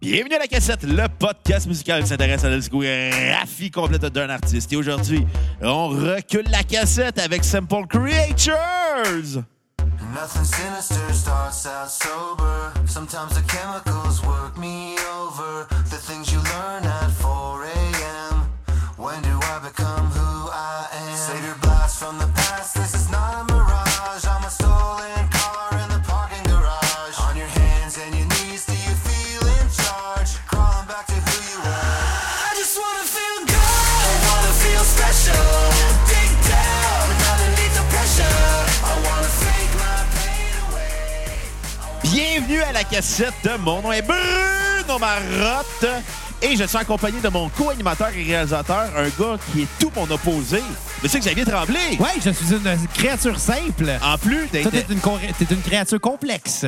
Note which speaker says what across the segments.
Speaker 1: Bienvenue à la cassette, le podcast musical qui s'intéresse à la discographie complète d'un artiste. Et aujourd'hui, on recule la cassette avec Simple Creatures.
Speaker 2: Nothing sinister starts out sober. Sometimes the chemicals work me over. The things you learn at 4 a.m. When do I become who I am? Savior blast from the past. This is not a mirage. I'm a stolen car in the parking garage. On your hands and your knees, do you feel in charge? Crawling back to who you are. I just wanna feel good. I wanna feel special. Dig down underneath the pressure. I wanna fake my pain away.
Speaker 1: Bienvenue à la cassette de mon nom est Bruno Marotte. Et je suis accompagné de mon co-animateur et réalisateur, un gars qui est tout mon opposé, Monsieur Xavier Tremblay.
Speaker 3: Ouais, je suis une créature simple.
Speaker 1: En plus
Speaker 3: Toi, t'es
Speaker 1: d'être,
Speaker 3: une, cor- t'es une créature complexe.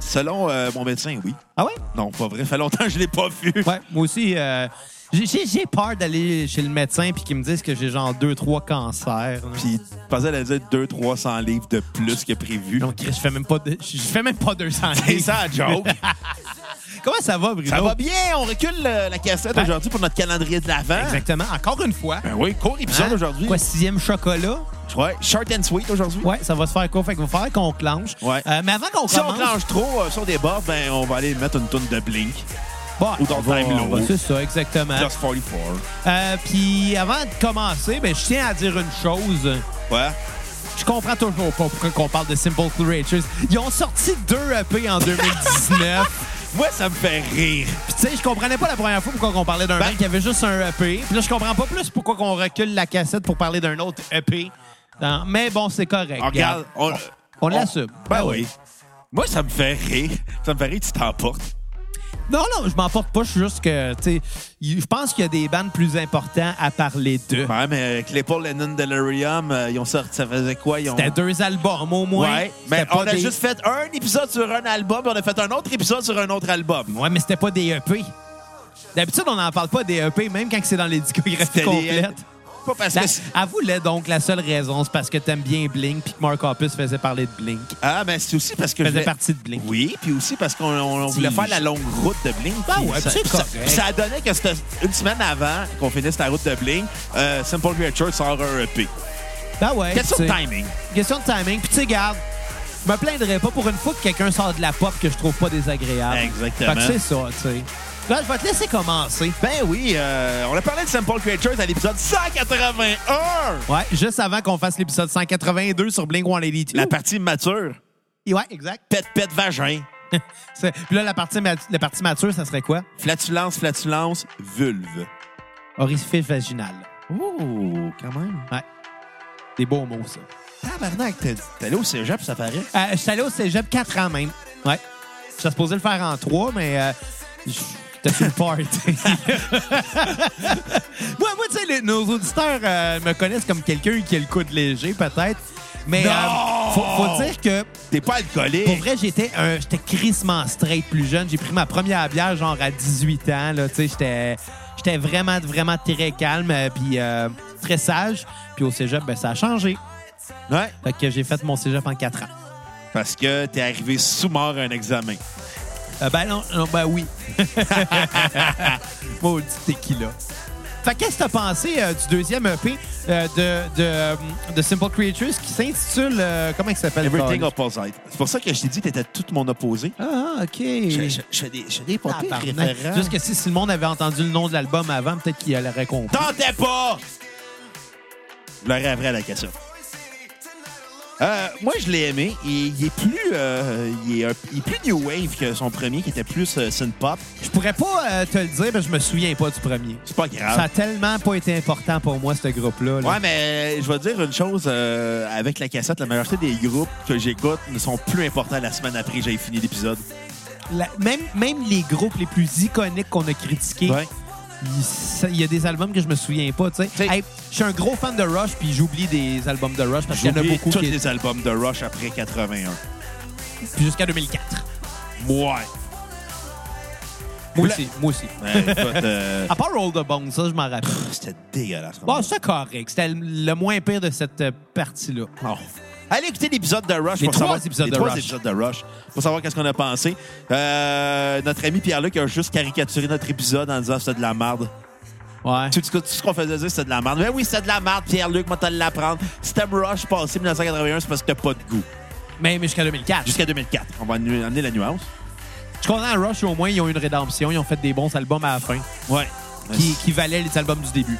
Speaker 1: selon euh, mon médecin, oui.
Speaker 3: Ah ouais?
Speaker 1: Non, pas vrai, fait longtemps que je l'ai pas vu.
Speaker 3: Ouais, moi aussi, euh, j'ai- j'ai j'ai peur d'aller chez le médecin puis qu'il me dise que j'ai genre deux, trois cancers. là.
Speaker 1: Puis, je pensais qu'elle allait dire 200-300 livres de plus que prévu.
Speaker 3: Donc, Chris, je fais même pas de- je fais même pas 200
Speaker 1: C'est
Speaker 3: livres.
Speaker 1: ça, joke.
Speaker 3: Comment ça va, Bruno?
Speaker 1: Ça va bien, on recule euh, la cassette
Speaker 3: Ouais.
Speaker 1: aujourd'hui pour notre calendrier de l'avant.
Speaker 3: Exactement. Encore une fois.
Speaker 1: Ben oui, court épisode
Speaker 3: Hein?
Speaker 1: aujourd'hui.
Speaker 3: Quoi, sixième chocolat?
Speaker 1: Ouais, short and sweet aujourd'hui.
Speaker 3: Ouais, ça va se faire court. Fait qu'il va falloir qu'on clenche.
Speaker 1: Ouais.
Speaker 3: Euh, mais avant qu'on
Speaker 1: Si on
Speaker 3: commence...
Speaker 1: clenche trop, euh, si on déborde, ben on va aller mettre une tonne de Blink.
Speaker 3: Bah,
Speaker 1: ou dans
Speaker 3: on va-
Speaker 1: Time Low.
Speaker 3: on va- C'est ça, exactement.
Speaker 1: Plus 44.
Speaker 3: Euh, puis avant de commencer, ben, je tiens à dire une chose.
Speaker 1: Ouais.
Speaker 3: Je comprends toujours pas pourquoi qu'on parle de Simple Creatures. Ils ont sorti deux EP en 2019.
Speaker 1: Moi, ça me fait rire.
Speaker 3: Puis tu sais, je comprenais pas la première fois pourquoi on parlait d'un
Speaker 1: Ben-
Speaker 3: mec qui avait juste un EP. Puis là, je comprends pas plus pourquoi qu'on recule la cassette pour parler d'un autre EP. Dans- Mais bon, c'est correct.
Speaker 1: On regarde. On,
Speaker 3: On l'assume.
Speaker 1: Ben
Speaker 3: Ah
Speaker 1: oui.
Speaker 3: oui.
Speaker 1: Moi, ça me fait rire. Ça me fait rire que tu t'emportes.
Speaker 3: Non, non, je m'emporte pas. Je suis juste que, tu sais, il- je pense qu'il y a des bandes plus importants à parler d'eux.
Speaker 1: Ouais, mais avec Claypool Lennon Delirium, euh, ils ont sorti, ça faisait quoi? Ils ont...
Speaker 3: C'était deux albums au
Speaker 1: Ouais,
Speaker 3: moins.
Speaker 1: mais
Speaker 3: C'était
Speaker 1: on
Speaker 3: pas
Speaker 1: a
Speaker 3: des-
Speaker 1: juste fait un épisode sur un album, puis on a fait un autre épisode sur un autre album.
Speaker 3: Ouais, mais c'était pas des EP. D'habitude, on n'en parle pas des EP, même quand c'est dans les discographies
Speaker 1: C'était les-
Speaker 3: complètes.
Speaker 1: Pas parce
Speaker 3: La-
Speaker 1: que. c'est-
Speaker 3: Avoue-le donc, la seule raison, c'est parce que t'aimes bien Blink puis que Mark Hoppus faisait parler de Blink.
Speaker 1: Ah, mais c'est aussi parce que. je
Speaker 3: Faisait
Speaker 1: voulais-
Speaker 3: partie de Blink.
Speaker 1: Oui, puis aussi parce qu'on on- on voulait
Speaker 3: Si.
Speaker 1: faire la longue route de Blink.
Speaker 3: Ah
Speaker 1: puis
Speaker 3: ouais,
Speaker 1: ça,
Speaker 3: c'est
Speaker 1: puis ça,
Speaker 3: correct.
Speaker 1: puis ça donnait que c'était une semaine avant qu'on finisse la route de Blink, euh, Simple Creatures sort un EP.
Speaker 3: Ben ouais.
Speaker 1: Question de
Speaker 3: tu sais.
Speaker 1: timing.
Speaker 3: Question de timing. Puis tu sais, regarde, je me plaindrais pas pour une fois que quelqu'un sort de la pop que je trouve pas désagréable.
Speaker 1: Exactement.
Speaker 3: Fait que c'est ça, tu sais. Là, je vais te laisser commencer.
Speaker 1: Ben oui, euh, on a parlé de Simple Creatures à l'épisode 181.
Speaker 3: Ouais, juste avant qu'on fasse l'épisode 182 sur Blink 182.
Speaker 1: La partie mature.
Speaker 3: Ouais, exact.
Speaker 1: Pète, pète, vagin.
Speaker 3: C'est- Puis là, la partie, mat- la partie mature, ça serait quoi?
Speaker 1: Flatulence, flatulence, vulve.
Speaker 3: Orifice vaginal.
Speaker 1: Oh, quand même.
Speaker 3: Ouais. Des beaux mots, ça.
Speaker 1: Tabarnak, t'es t'es allé au cégep, ça paraît.
Speaker 3: Euh, je suis allé au cégep 4 ans même. Ouais. Je supposé le faire en 3, mais euh, j'étais sur le party. moi, moi tu sais, les- nos auditeurs euh, me connaissent comme quelqu'un qui a le coude léger, peut-être. Mais
Speaker 1: Non!
Speaker 3: euh, faut, faut dire que,
Speaker 1: T'es pas alcoolique.
Speaker 3: pour vrai, j'étais un- j'étais crissement straight plus jeune. J'ai pris ma première bière, genre, à 18 ans. là. Tu sais, j'étais- J'étais vraiment, vraiment très calme, euh, puis euh, très sage. Puis au cégep, ben, ça a changé.
Speaker 1: Ouais.
Speaker 3: Fait que j'ai fait mon cégep en 4 ans.
Speaker 1: Parce que t'es arrivé sous-mort à un examen.
Speaker 3: Euh, ben non, non, ben oui. Maudit tequila. Fait qu'est-ce que t'as pensé euh, du deuxième EP euh, de, de, euh, de Simple Creatures qui s'intitule... euh, comment il s'appelle?
Speaker 1: Everything
Speaker 3: Carl?
Speaker 1: opposite. C'est pour ça que je t'ai dit que t'étais tout mon opposé.
Speaker 3: Ah, OK.
Speaker 1: Je, je- je fais des, je fais des pas pires
Speaker 3: Tabarnak.
Speaker 1: références.
Speaker 3: Juste que si, si le monde avait entendu le nom de l'album avant, peut-être qu'il aurait compris.
Speaker 1: Tentez pas! Je le rêverai à la cassette. Euh, moi, je l'ai aimé. Il, il est plus, euh, il, est un- il est plus new wave que son premier, qui était plus euh, synth pop.
Speaker 3: Je pourrais pas euh, te le dire, mais je me souviens pas du premier.
Speaker 1: C'est pas grave.
Speaker 3: Ça a tellement pas été important pour moi, ce groupe-là. là.
Speaker 1: Ouais, mais je vais te dire une chose. euh, avec la cassette, la majorité des groupes que j'écoute ne sont plus importants la semaine après que j'ai fini l'épisode.
Speaker 3: La- même, même les groupes les plus iconiques qu'on a critiqués,
Speaker 1: Ouais.
Speaker 3: Il ça- il y a des albums que je me souviens pas, tu
Speaker 1: T'sais-
Speaker 3: sais. Hey, je suis un gros fan de Rush, puis j'oublie des albums de Rush parce qu'il y en a
Speaker 1: J'oublie
Speaker 3: beaucoup
Speaker 1: tous
Speaker 3: qui
Speaker 1: les albums de Rush après 81.
Speaker 3: puis jusqu'à 2004.
Speaker 1: Ouais.
Speaker 3: Moi
Speaker 1: Le-
Speaker 3: aussi, moi aussi.
Speaker 1: Ouais, écoute, euh,
Speaker 3: À part Roll the Bones, ça, je m'en rappelle.
Speaker 1: Oh, c'était dégueulasse.
Speaker 3: Bon, c'est correct. C'était le moins pire de cette euh, partie-là.
Speaker 1: Oh. Allez écouter l'épisode de Rush
Speaker 3: Les
Speaker 1: pour
Speaker 3: trois
Speaker 1: savoir
Speaker 3: épisodes
Speaker 1: les
Speaker 3: de
Speaker 1: trois
Speaker 3: Rush.
Speaker 1: épisodes de Rush pour savoir qu'est-ce qu'on a pensé. Euh, notre ami Pierre-Luc a juste caricaturé notre épisode en disant c'était de la merde.
Speaker 3: Ouais.
Speaker 1: Tout, ce que- tout ce qu'on faisait dire c'était de la merde. Mais oui, c'était de la merde, Pierre-Luc, moi t'as de l'apprendre. Si t'aimes Rush passé 1981, c'est parce que t'as pas de goût.
Speaker 3: Mais, mais jusqu'à 2004.
Speaker 1: Jusqu'à 2004. On va nu- amener la nuance.
Speaker 3: Je suis content, Rush, au moins, ils ont eu une rédemption. Ils ont fait des bons albums à la fin
Speaker 1: Ouais.
Speaker 3: qui, qui valaient les albums du début.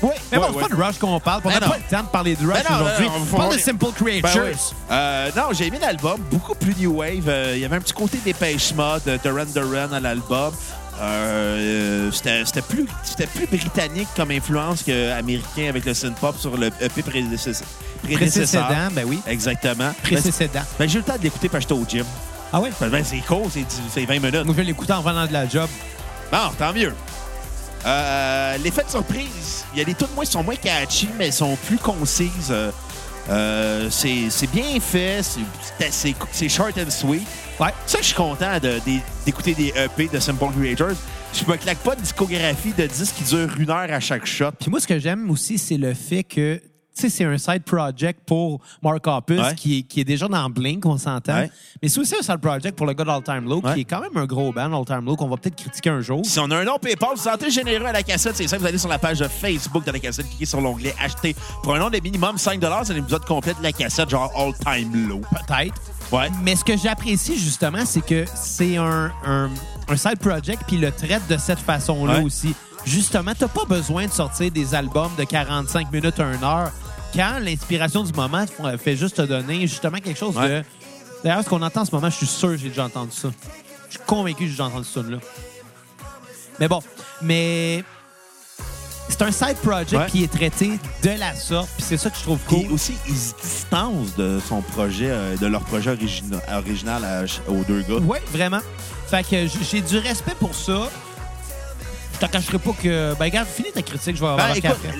Speaker 1: Oui,
Speaker 3: Mais bon, c'est pas de Rush qu'on parle. On n'a
Speaker 1: Ben non.
Speaker 3: pas le temps de parler de
Speaker 1: Ben
Speaker 3: Rush
Speaker 1: non,
Speaker 3: aujourd'hui.
Speaker 1: ben non, on va-
Speaker 3: On parle
Speaker 1: on
Speaker 3: de
Speaker 1: est-
Speaker 3: Simple Creatures.
Speaker 1: Ben oui. Euh, non, j'ai aimé l'album, beaucoup plus new wave. Euh, Il y avait un petit côté dépêche mode de Duran Duran à l'album. Euh, euh, c'était c'était plus, c'était plus britannique comme influence qu'américain avec le synth-pop sur le EP prédécesseur.
Speaker 3: Précédent, ben oui.
Speaker 1: Exactement.
Speaker 3: Précédent.
Speaker 1: Ben, j'ai eu le temps de l'écouter parce que j'étais au gym.
Speaker 3: Ah ouais?
Speaker 1: Ben, ben, c'est cool, c'est dix- c'est 20 minutes.
Speaker 3: Moi, je l'écoutais en venant de la job.
Speaker 1: Bon, tant mieux. Euh, L'effet de surprise, il y a des tunes moins qui sont moins catchy, mais elles sont plus concises. Euh, euh, c'est c'est bien fait, c'est- c'est assez- c'est short and sweet.
Speaker 3: Ouais.
Speaker 1: Ça, je suis content de- de- d'écouter des EP de Simple Creators. Je me claque pas de discographie de disques qui dure une heure à chaque shot.
Speaker 3: Puis moi, ce que j'aime aussi, c'est le fait que, tu sais, c'est un side project pour Mark Hoppus
Speaker 1: Ouais.
Speaker 3: qui, est- qui est déjà dans Blink, on s'entend.
Speaker 1: Ouais.
Speaker 3: Mais c'est aussi un side project pour le gars d'All Time Low,
Speaker 1: Ouais.
Speaker 3: qui est quand même un gros band, All Time Low, qu'on va peut-être critiquer un jour.
Speaker 1: Si on a un nom PayPal, vous sentez généreux à la cassette, c'est simple, vous allez sur la page de Facebook de la cassette, cliquez sur l'onglet Acheter. Pour un nom de minimum 5 c'est l'épisode complet de la cassette, genre all time low.
Speaker 3: Peut-être.
Speaker 1: Ouais.
Speaker 3: Mais ce que j'apprécie justement, c'est que c'est un, un, un side project, puis il le traite de cette façon-là
Speaker 1: Ouais.
Speaker 3: aussi. Justement, t'as pas besoin de sortir des albums de 45 minutes à 1 heure quand l'inspiration du moment te font- fait juste te donner justement quelque chose
Speaker 1: Ouais.
Speaker 3: de. D'ailleurs, ce qu'on entend en ce moment, je suis sûr que j'ai déjà entendu ça. Je suis convaincu que j'ai déjà entendu ça là. Mais bon, mais c'est un side
Speaker 1: Ouais.
Speaker 3: project qui est traité de la sorte, puis c'est ça que je trouve
Speaker 1: Puis
Speaker 3: cool.
Speaker 1: aussi, ils se distancent de son projet, euh, de leur projet origina- original à ch- aux deux gars.
Speaker 3: Oui, vraiment. Fait que j- j'ai du respect pour ça. Je te cacherai pas que. Ben, regarde, finis ta critique, je vais avoir
Speaker 1: Ben,
Speaker 3: un
Speaker 1: écoute,
Speaker 3: café.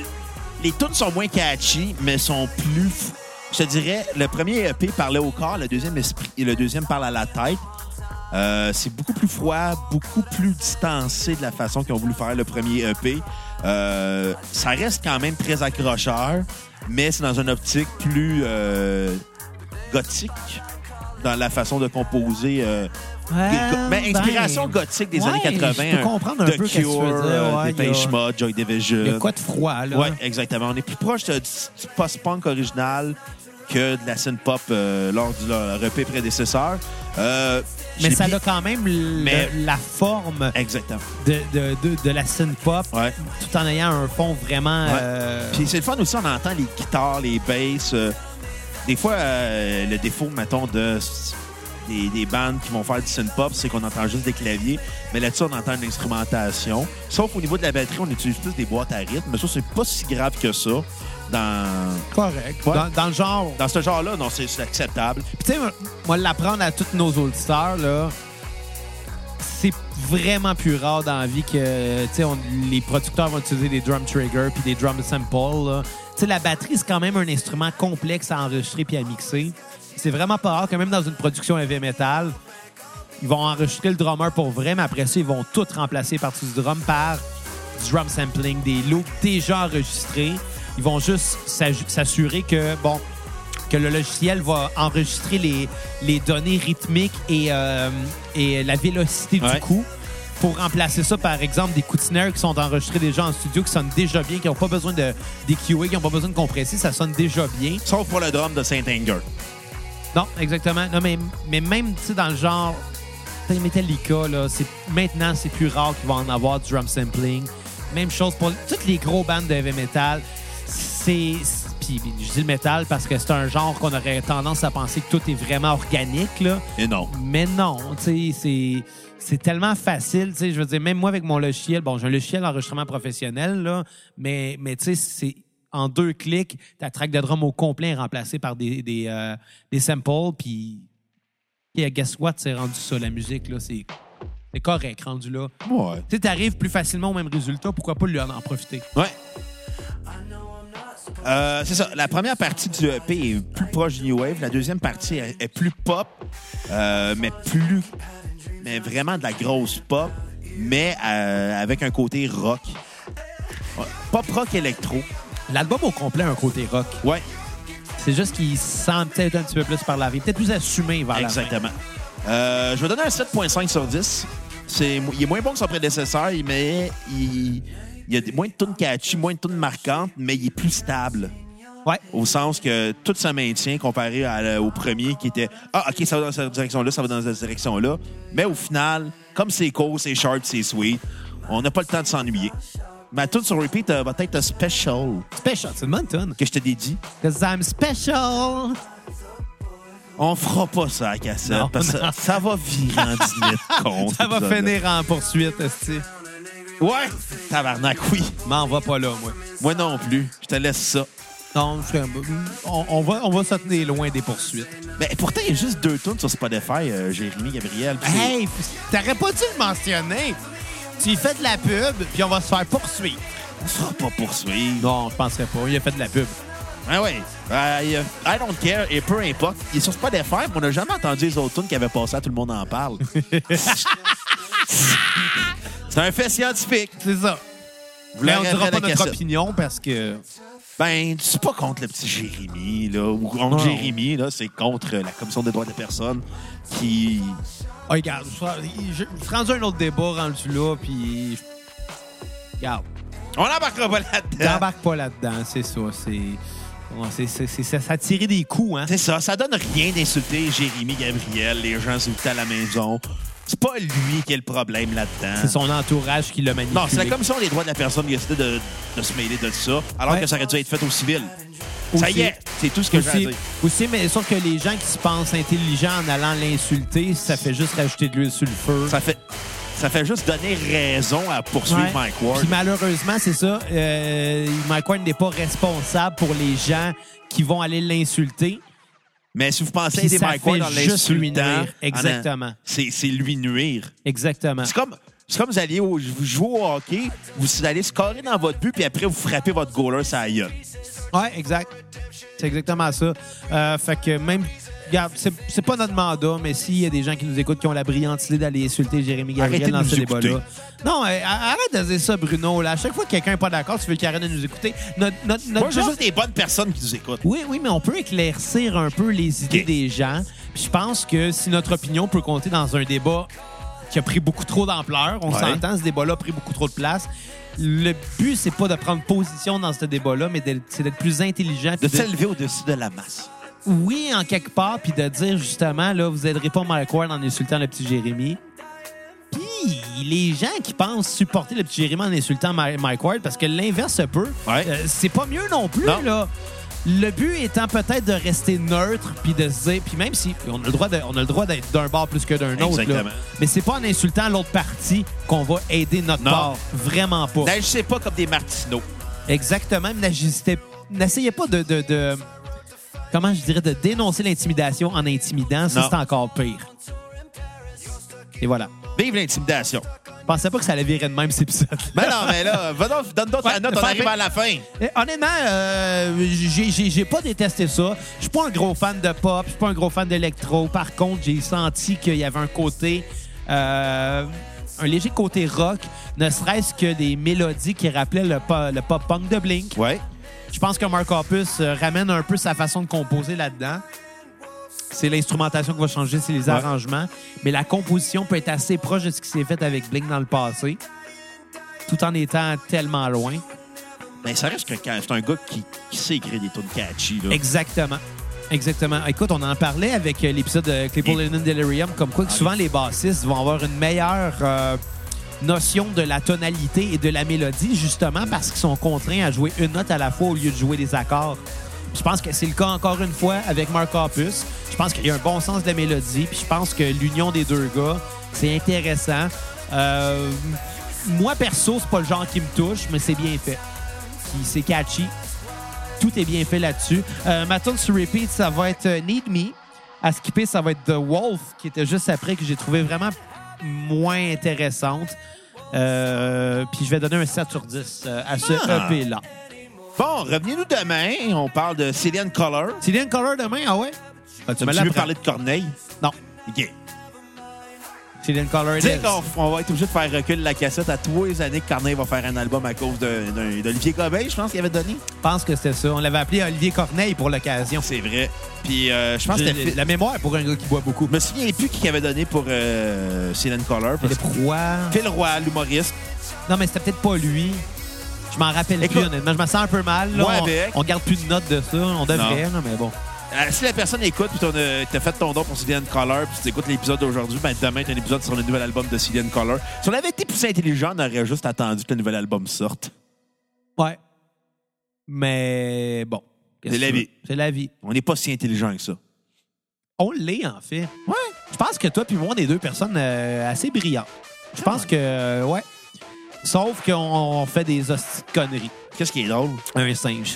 Speaker 1: les tunes sont moins catchy, mais sont plus. f- Je te dirais, le premier EP parlait au corps, le deuxième esprit, et le deuxième parle à la tête. Euh, c'est beaucoup plus froid, beaucoup plus distancé de la façon qu'ils ont voulu faire le premier EP. Euh, ça reste quand même très accrocheur, mais c'est dans une optique plus euh, gothique dans la façon de composer. euh,
Speaker 3: Ah,
Speaker 1: Mais inspiration
Speaker 3: ben,
Speaker 1: gothique des
Speaker 3: Ouais,
Speaker 1: années 80.
Speaker 3: je peux
Speaker 1: hein.
Speaker 3: comprendre un
Speaker 1: The
Speaker 3: peu qu'est-ce que tu
Speaker 1: Cure,
Speaker 3: veux dire,
Speaker 1: euh,
Speaker 3: ouais,
Speaker 1: Dépêche
Speaker 3: il y a-
Speaker 1: Mode, Joy Division.
Speaker 3: Il y a quoi de froid, là?
Speaker 1: Ouais, exactement. On est plus proche de- du, du post-punk original que de la scène pop euh, lors du leur EP prédécesseur. Euh,
Speaker 3: Mais
Speaker 1: j'ai
Speaker 3: ça
Speaker 1: bien-
Speaker 3: a quand même le-
Speaker 1: Mais-
Speaker 3: la forme
Speaker 1: Exactement.
Speaker 3: de, de, de, de la scène pop,
Speaker 1: Ouais.
Speaker 3: tout en ayant un fond vraiment.
Speaker 1: Ouais.
Speaker 3: euh,
Speaker 1: Puis c'est le fun aussi, on entend les guitares, les basses. euh, des fois, euh, le défaut, mettons, de, des, des bandes qui vont faire du synth-pop, c'est qu'on entend juste des claviers. Mais là-dessus, on entend une instrumentation. Sauf au niveau de la batterie, on utilise plus des boîtes à rythme. Mais ça, c'est pas si grave que ça. Dans,
Speaker 3: correct.
Speaker 1: Ouais.
Speaker 3: Dans, dans le genre.
Speaker 1: dans ce genre-là, non, c'est c'est acceptable.
Speaker 3: Puis tu sais, moi, moi, l'apprendre à tous nos auditeurs, là, c'est vraiment plus rare dans la vie que, tu sais, on- les producteurs vont utiliser des drum triggers puis des drum samples, là. Tu sais, la batterie, c'est quand même un instrument complexe à enregistrer puis à mixer. C'est vraiment pas rare que même dans une production heavy metal, ils vont enregistrer le drummer pour vrai, mais après ça, ils vont tout remplacer par du drum par du drum sampling, des loops déjà enregistrés. Ils vont juste s'aj- s'assurer que, bon, que le logiciel va enregistrer les, les données rythmiques et, euh, et la vélocité
Speaker 1: Ouais.
Speaker 3: du coup pour remplacer ça par exemple des coups de snare qui sont enregistrés déjà en studio, qui sonnent déjà bien, qui n'ont pas besoin de des QA, qui n'ont pas besoin de compresser, ça sonne déjà bien.
Speaker 1: Sauf pour le drum de Saint-Anger.
Speaker 3: Non, exactement. Non, mais, mais même, tu sais, dans le genre tu sais, Metallica, là, c'est, maintenant, c'est plus rare qu'ils vont en avoir du drum sampling. Même chose pour toutes les gros bandes de heavy metal. C'est... c'est- Puis je dis le metal parce que c'est un genre qu'on aurait tendance à penser que tout est vraiment organique, là.
Speaker 1: Et non.
Speaker 3: Mais non, tu sais, c'est... C'est tellement facile, tu sais, je veux dire, même moi avec mon logiciel, bon, j'ai un logiciel d'enregistrement professionnel, là, mais, mais tu sais, c'est en deux clics, ta track de drum au complet est remplacée par des, des, euh, des samples, puis et guess what, c'est rendu ça, la musique, là, c'est c'est correct rendu là.
Speaker 1: Ouais.
Speaker 3: Tu sais, t'arrives plus facilement au même résultat, pourquoi pas lui en en profiter?
Speaker 1: Ouais. Euh, c'est ça. La première partie du EP est plus proche du New Wave. La deuxième partie est, est plus pop, euh, mais plus. Mais vraiment de la grosse pop, mais euh, avec un côté rock. Ouais. Pop rock électro.
Speaker 3: L'album au complet a un côté rock.
Speaker 1: Ouais.
Speaker 3: C'est juste qu'il se sent peut-être un petit peu plus par la vie, peut-être plus assumé vers la fin.
Speaker 1: Exactement. Euh, je vais donner un 7.5 sur 10. C'est, mo- il est moins bon que son prédécesseur, mais il, il y a des- moins de tunes catchy, moins de tunes marquantes, mais il est plus stable.
Speaker 3: Ouais.
Speaker 1: Au sens que tout se maintient comparé à la- au premier qui était Ah, OK, ça va dans cette direction-là, ça va dans cette direction-là. Mais au final, comme c'est court, c'est sharp, c'est sweet, on n'a pas le temps de s'ennuyer. Ma tune sur repeat euh, va être Special
Speaker 3: Special, c'est une bonne tune.
Speaker 1: que je te dédie.
Speaker 3: Cause I'm special.
Speaker 1: On fera pas ça à la cassette
Speaker 3: Non,
Speaker 1: parce que ça,
Speaker 3: non.
Speaker 1: ça va virer en 10 minutes con.
Speaker 3: Ça
Speaker 1: cet
Speaker 3: va
Speaker 1: épisode-là.
Speaker 3: finir en poursuite, esti.
Speaker 1: Ouais! Tabarnak, oui.
Speaker 3: M'en va pas là, moi.
Speaker 1: Moi non plus. Je te laisse ça.
Speaker 3: Non, je suis un peu- on, on va, on va se tenir loin des poursuites.
Speaker 1: Mais pourtant, il y a juste deux tunes sur Spotify, euh, Jérémy Gabriel. Puis c'est-
Speaker 3: Hey, t'aurais pas dû le mentionner. Tu y fais de la pub, puis on va se faire poursuivre.
Speaker 1: On ne sera pas poursuivre.
Speaker 3: Non, je penserais pas. Il a fait de la pub.
Speaker 1: Ah ouais. Euh, il y a I don't care et peu importe. Il est sur Spotify, mais on n'a jamais entendu les autres tunes qui avaient passé à Tout le monde en parle. C'est un fait scientifique.
Speaker 3: C'est ça.
Speaker 1: Vous
Speaker 3: Mais on
Speaker 1: l'aurez
Speaker 3: dira
Speaker 1: après
Speaker 3: pas
Speaker 1: la
Speaker 3: notre
Speaker 1: cassette.
Speaker 3: opinion parce que.
Speaker 1: Ben, je suis pas contre le petit Jérémy, là. Ou contre
Speaker 3: Non.
Speaker 1: Jérémy, là, c'est contre la Commission des droits des personnes qui.
Speaker 3: Ah, regarde, je je- je suis rendu à un autre débat rendu là, puis. je- Regarde,
Speaker 1: On n'embarquera pas là-dedans.
Speaker 3: t'embarques pas là-dedans, c'est ça. C'est. ouais, c'est- c'est- c'est- ça, ça a tiré des coups, hein.
Speaker 1: C'est ça, ça donne rien d'insulter Jérémy Gabriel, les gens insultés à la maison. C'est pas lui qui est le problème là-dedans.
Speaker 3: C'est son entourage qui l'a manipulé.
Speaker 1: Non, c'est la Commission des droits de la personne qui a décidé de, de se mêler de ça, alors
Speaker 3: Ouais.
Speaker 1: que ça aurait dû être fait au civil. Ça
Speaker 3: Aussi-
Speaker 1: y est, c'est tout ce que j'ai à
Speaker 3: aussi,
Speaker 1: dire.
Speaker 3: aussi, mais sauf que les gens qui se pensent intelligents en allant l'insulter, ça fait juste rajouter de l'huile sur le feu.
Speaker 1: Ça fait, ça fait juste donner raison à poursuivre
Speaker 3: Ouais.
Speaker 1: Mike Ward.
Speaker 3: Puis malheureusement, c'est ça. euh, Mike Ward n'est pas responsable pour les gens qui vont aller l'insulter.
Speaker 1: Mais si vous pensez
Speaker 3: Puis
Speaker 1: aider
Speaker 3: ça
Speaker 1: Mike Ward
Speaker 3: fait
Speaker 1: en
Speaker 3: juste lui
Speaker 1: l'insultant...
Speaker 3: nuire. Exactement.
Speaker 1: en- C'est c'est lui nuire.
Speaker 3: Exactement.
Speaker 1: C'est comme, c'est comme vous allez au, vous jouez au hockey, vous allez scorer dans votre but, puis après vous frappez votre goaler, ça aille.
Speaker 3: Ouais, exact. C'est exactement ça. Euh, fait que même. Regarde, c'est c'est pas notre mandat, mais s'il y a des gens qui nous écoutent qui ont la brillante idée d'aller insulter Jérémy Gabriel
Speaker 1: Arrêtez de
Speaker 3: dans
Speaker 1: nous
Speaker 3: ce
Speaker 1: écouter.
Speaker 3: débat-là. Non, euh, a- arrête de dire ça, Bruno. Là. À chaque fois que quelqu'un n'est pas d'accord, tu veux qu'il arrête de nous écouter. Notre, notre, notre
Speaker 1: Moi, j'ai
Speaker 3: job-
Speaker 1: juste des bonnes personnes qui nous écoutent.
Speaker 3: Oui, oui, mais on peut éclaircir un peu les idées
Speaker 1: Ok.
Speaker 3: des gens. Puis je pense que si notre opinion peut compter dans un débat qui a pris beaucoup trop d'ampleur, on
Speaker 1: Ouais.
Speaker 3: s'entend, ce débat-là a pris beaucoup trop de place. Le but, c'est pas de prendre position dans ce débat-là, mais d'être- c'est d'être plus intelligent.
Speaker 1: De
Speaker 3: puis de-
Speaker 1: s'élever au-dessus de la masse.
Speaker 3: oui, en quelque part, puis de dire justement, là, vous aiderez pas Mike Ward en insultant le petit Jérémy. Puis les gens qui pensent supporter le petit Jérémy en insultant Ma- Mike Ward, parce que l'inverse se peut,
Speaker 1: Ouais.
Speaker 3: euh, c'est pas mieux non plus,
Speaker 1: Non.
Speaker 3: là. Le but étant peut-être de rester neutre, puis de se dire, puis même si on a le droit de- on a le droit d'être d'un bord plus que d'un autre, là.
Speaker 1: Exactement.
Speaker 3: mais c'est pas en insultant l'autre partie qu'on va aider notre
Speaker 1: Non.
Speaker 3: part, vraiment pas.
Speaker 1: N'agissez pas comme des Martineaux.
Speaker 3: Exactement. mais n'agissez- N'essayez pas de, de- de- Comment je dirais De dénoncer l'intimidation en intimidant. Ça,
Speaker 1: Non.
Speaker 3: c'est encore pire. Et voilà.
Speaker 1: Vive l'intimidation.
Speaker 3: Je pensais pas que ça allait virer de même, cet épisode.
Speaker 1: Ben non, mais là, va donc, donne d'autres
Speaker 3: Ouais,
Speaker 1: la note, on
Speaker 3: faire-
Speaker 1: arrive à la fin.
Speaker 3: Eh, Honnêtement, euh, j'ai- j'ai j'ai pas détesté ça. Je suis pas un gros fan de pop, je suis pas un gros fan d'électro. Par contre, j'ai senti qu'il y avait un côté, euh, un léger côté rock, ne serait-ce que des mélodies qui rappelaient le, po- le pop punk de Blink.
Speaker 1: Ouais.
Speaker 3: Je pense que Mark Hoppus euh, ramène un peu sa façon de composer là-dedans. C'est l'instrumentation qui va changer, c'est les
Speaker 1: Ouais.
Speaker 3: arrangements. Mais la composition peut être assez proche de ce qui s'est fait avec Blink dans le passé, tout en étant tellement loin.
Speaker 1: Mais ça reste que quand- c'est un gars qui, qui sait écrire des tunes catchy. Là.
Speaker 3: Exactement. Exactement. Écoute, on en parlait avec euh, l'épisode de Claypool Lennon Delirium, comme quoi que souvent les bassistes vont avoir une meilleure euh, notion de la tonalité et de la mélodie, justement parce qu'ils sont contraints à jouer une note à la fois au lieu de jouer des accords. Je pense que c'est le cas encore une fois avec Mark Hoppus. Je pense qu'il y a un bon sens de la mélodie, puis je pense que l'union des deux gars, c'est intéressant. Euh, moi, perso, c'est pas le genre qui me touche, mais c'est bien fait. Puis c'est catchy, tout est bien fait là-dessus. Euh, ma tune sur repeat, ça va être euh, Need Me. À skipper, ça va être The Wolf, qui était juste après, que j'ai trouvé vraiment moins intéressante. Euh, puis je vais donner un 7 sur 10 euh, à ce
Speaker 1: Ah.
Speaker 3: EP-là.
Speaker 1: Bon, revenez-nous demain. On parle de Cillian Color.
Speaker 3: C'est une Color demain, ah ouais? Ah,
Speaker 1: Tu veux
Speaker 3: l'apprends.
Speaker 1: parler de Corneille?
Speaker 3: Non.
Speaker 1: OK.
Speaker 3: Chilling Color It
Speaker 1: Tu sais
Speaker 3: Is.
Speaker 1: qu'on on va être obligé de faire recul la cassette à tous les années que Corneille va faire un album à cause de- d'un- d'Olivier Gobeil, je pense qu'il avait donné.
Speaker 3: Je pense que c'était ça. On l'avait appelé Olivier Corneille pour l'occasion.
Speaker 1: C'est vrai. Puis euh, je pense que
Speaker 3: J'ai
Speaker 1: c'était-
Speaker 3: La mémoire pour un gars qui boit beaucoup.
Speaker 1: Je me souviens plus qui avait donné pour euh, Céline Color.
Speaker 3: Le proie.
Speaker 1: Phil Roy, l'humoriste.
Speaker 3: Non, mais c'était peut-être pas lui. Je m'en rappelle
Speaker 1: Écoute,
Speaker 3: plus, honnêtement. Je me sens un peu mal. là.
Speaker 1: moi
Speaker 3: on,
Speaker 1: avec.
Speaker 3: on garde plus de notes de ça. On devrait, là, mais bon.
Speaker 1: Euh, si la personne écoute, puis t'en as- t'as fait ton don pour Céline Color, puis tu écoutes l'épisode d'aujourd'hui, ben demain, t'as un épisode sur le nouvel album de Céline Color. Si on avait été plus intelligent, on aurait juste attendu que le nouvel album sorte.
Speaker 3: Ouais. Mais bon. Qu'est-ce
Speaker 1: C'est la
Speaker 3: que tu
Speaker 1: vie.
Speaker 3: veux? C'est la vie.
Speaker 1: On n'est pas si intelligent que ça.
Speaker 3: On l'est, en fait.
Speaker 1: Ouais.
Speaker 3: Je pense que toi puis moi, on est deux personnes euh, assez brillantes. Je pense
Speaker 1: Ah
Speaker 3: que, euh, ouais. Sauf qu'on on fait des hosties de conneries.
Speaker 1: Qu'est-ce qui est drôle?
Speaker 3: Un singe.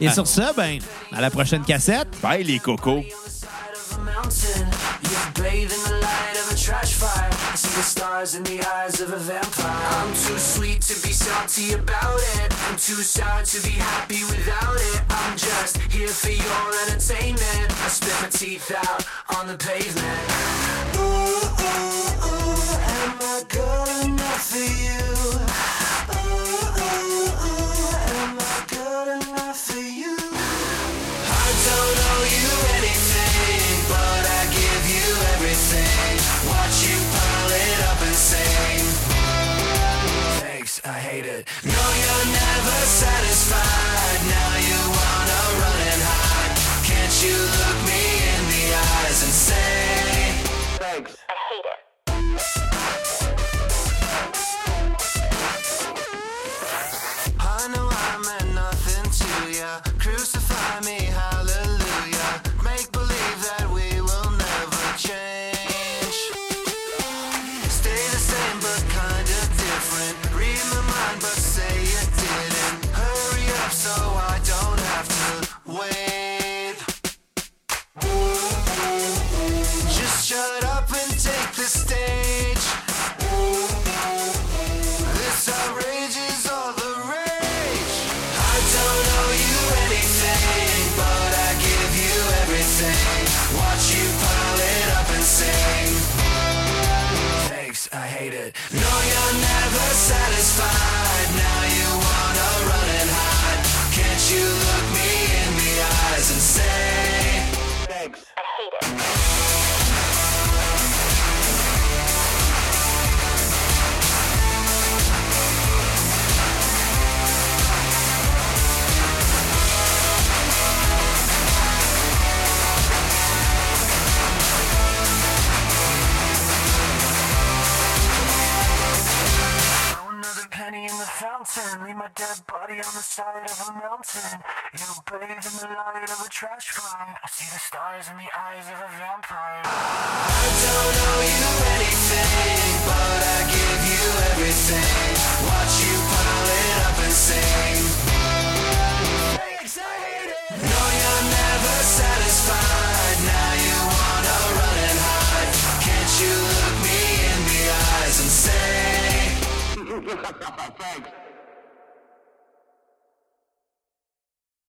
Speaker 3: Et sur ça, ben, à la prochaine cassette.
Speaker 1: Bye les cocos.
Speaker 2: the side of a mountain. You've bathed in the light of a trash fire. I see the stars in the eyes of a vampire. I'm too sweet to be salty about it. I'm too sour to be happy without it. I'm just here for your entertainment. I spit my teeth out on the pavement. Ooh, ooh, ooh, am I good enough for you? Ooh, ooh, ooh, am I good enough for you? I don't owe you anything, but I give you everything. Watch you pile it up and sing. Thanks, I hate it. No, you're never satisfied. Now you wanna run and hide. Can't you look me in the eyes and say? Thanks. I know I meant nothing to ya. Crucify me, hallelujah. Make believe that we will never change. Stay the same but kinda different. Read my mind but say it didn't. Hurry up so I don't have to wait. Just shut up and take the stage. This outrage is all the rage. I don't owe you anything, but I give you everything. Watch you pile it up and sing. Thanks, I hate it. No, you're never satisfied. Now you wanna run and hide. Can't you look me in the eyes and say? Throw another penny in the fountain. Leave my dead body on the side of a mountain. You bathe in the light of a trash fire. I see the stars in the eyes of a vampire. I don't owe you anything, but I give you everything. Watch you pile it up and sing. No, you're never satisfied. Now you wanna run and hide. Can't you look me in the eyes and say? Thanks.